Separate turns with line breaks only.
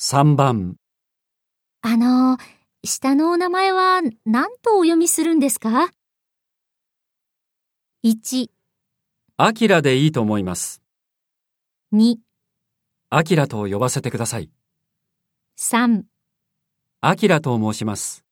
3番、
あの、下のお名前は何とお読みするんですか ?1、
アキラでいいと思います。
2、
アキラと呼ばせてください。
3
アキラと申します。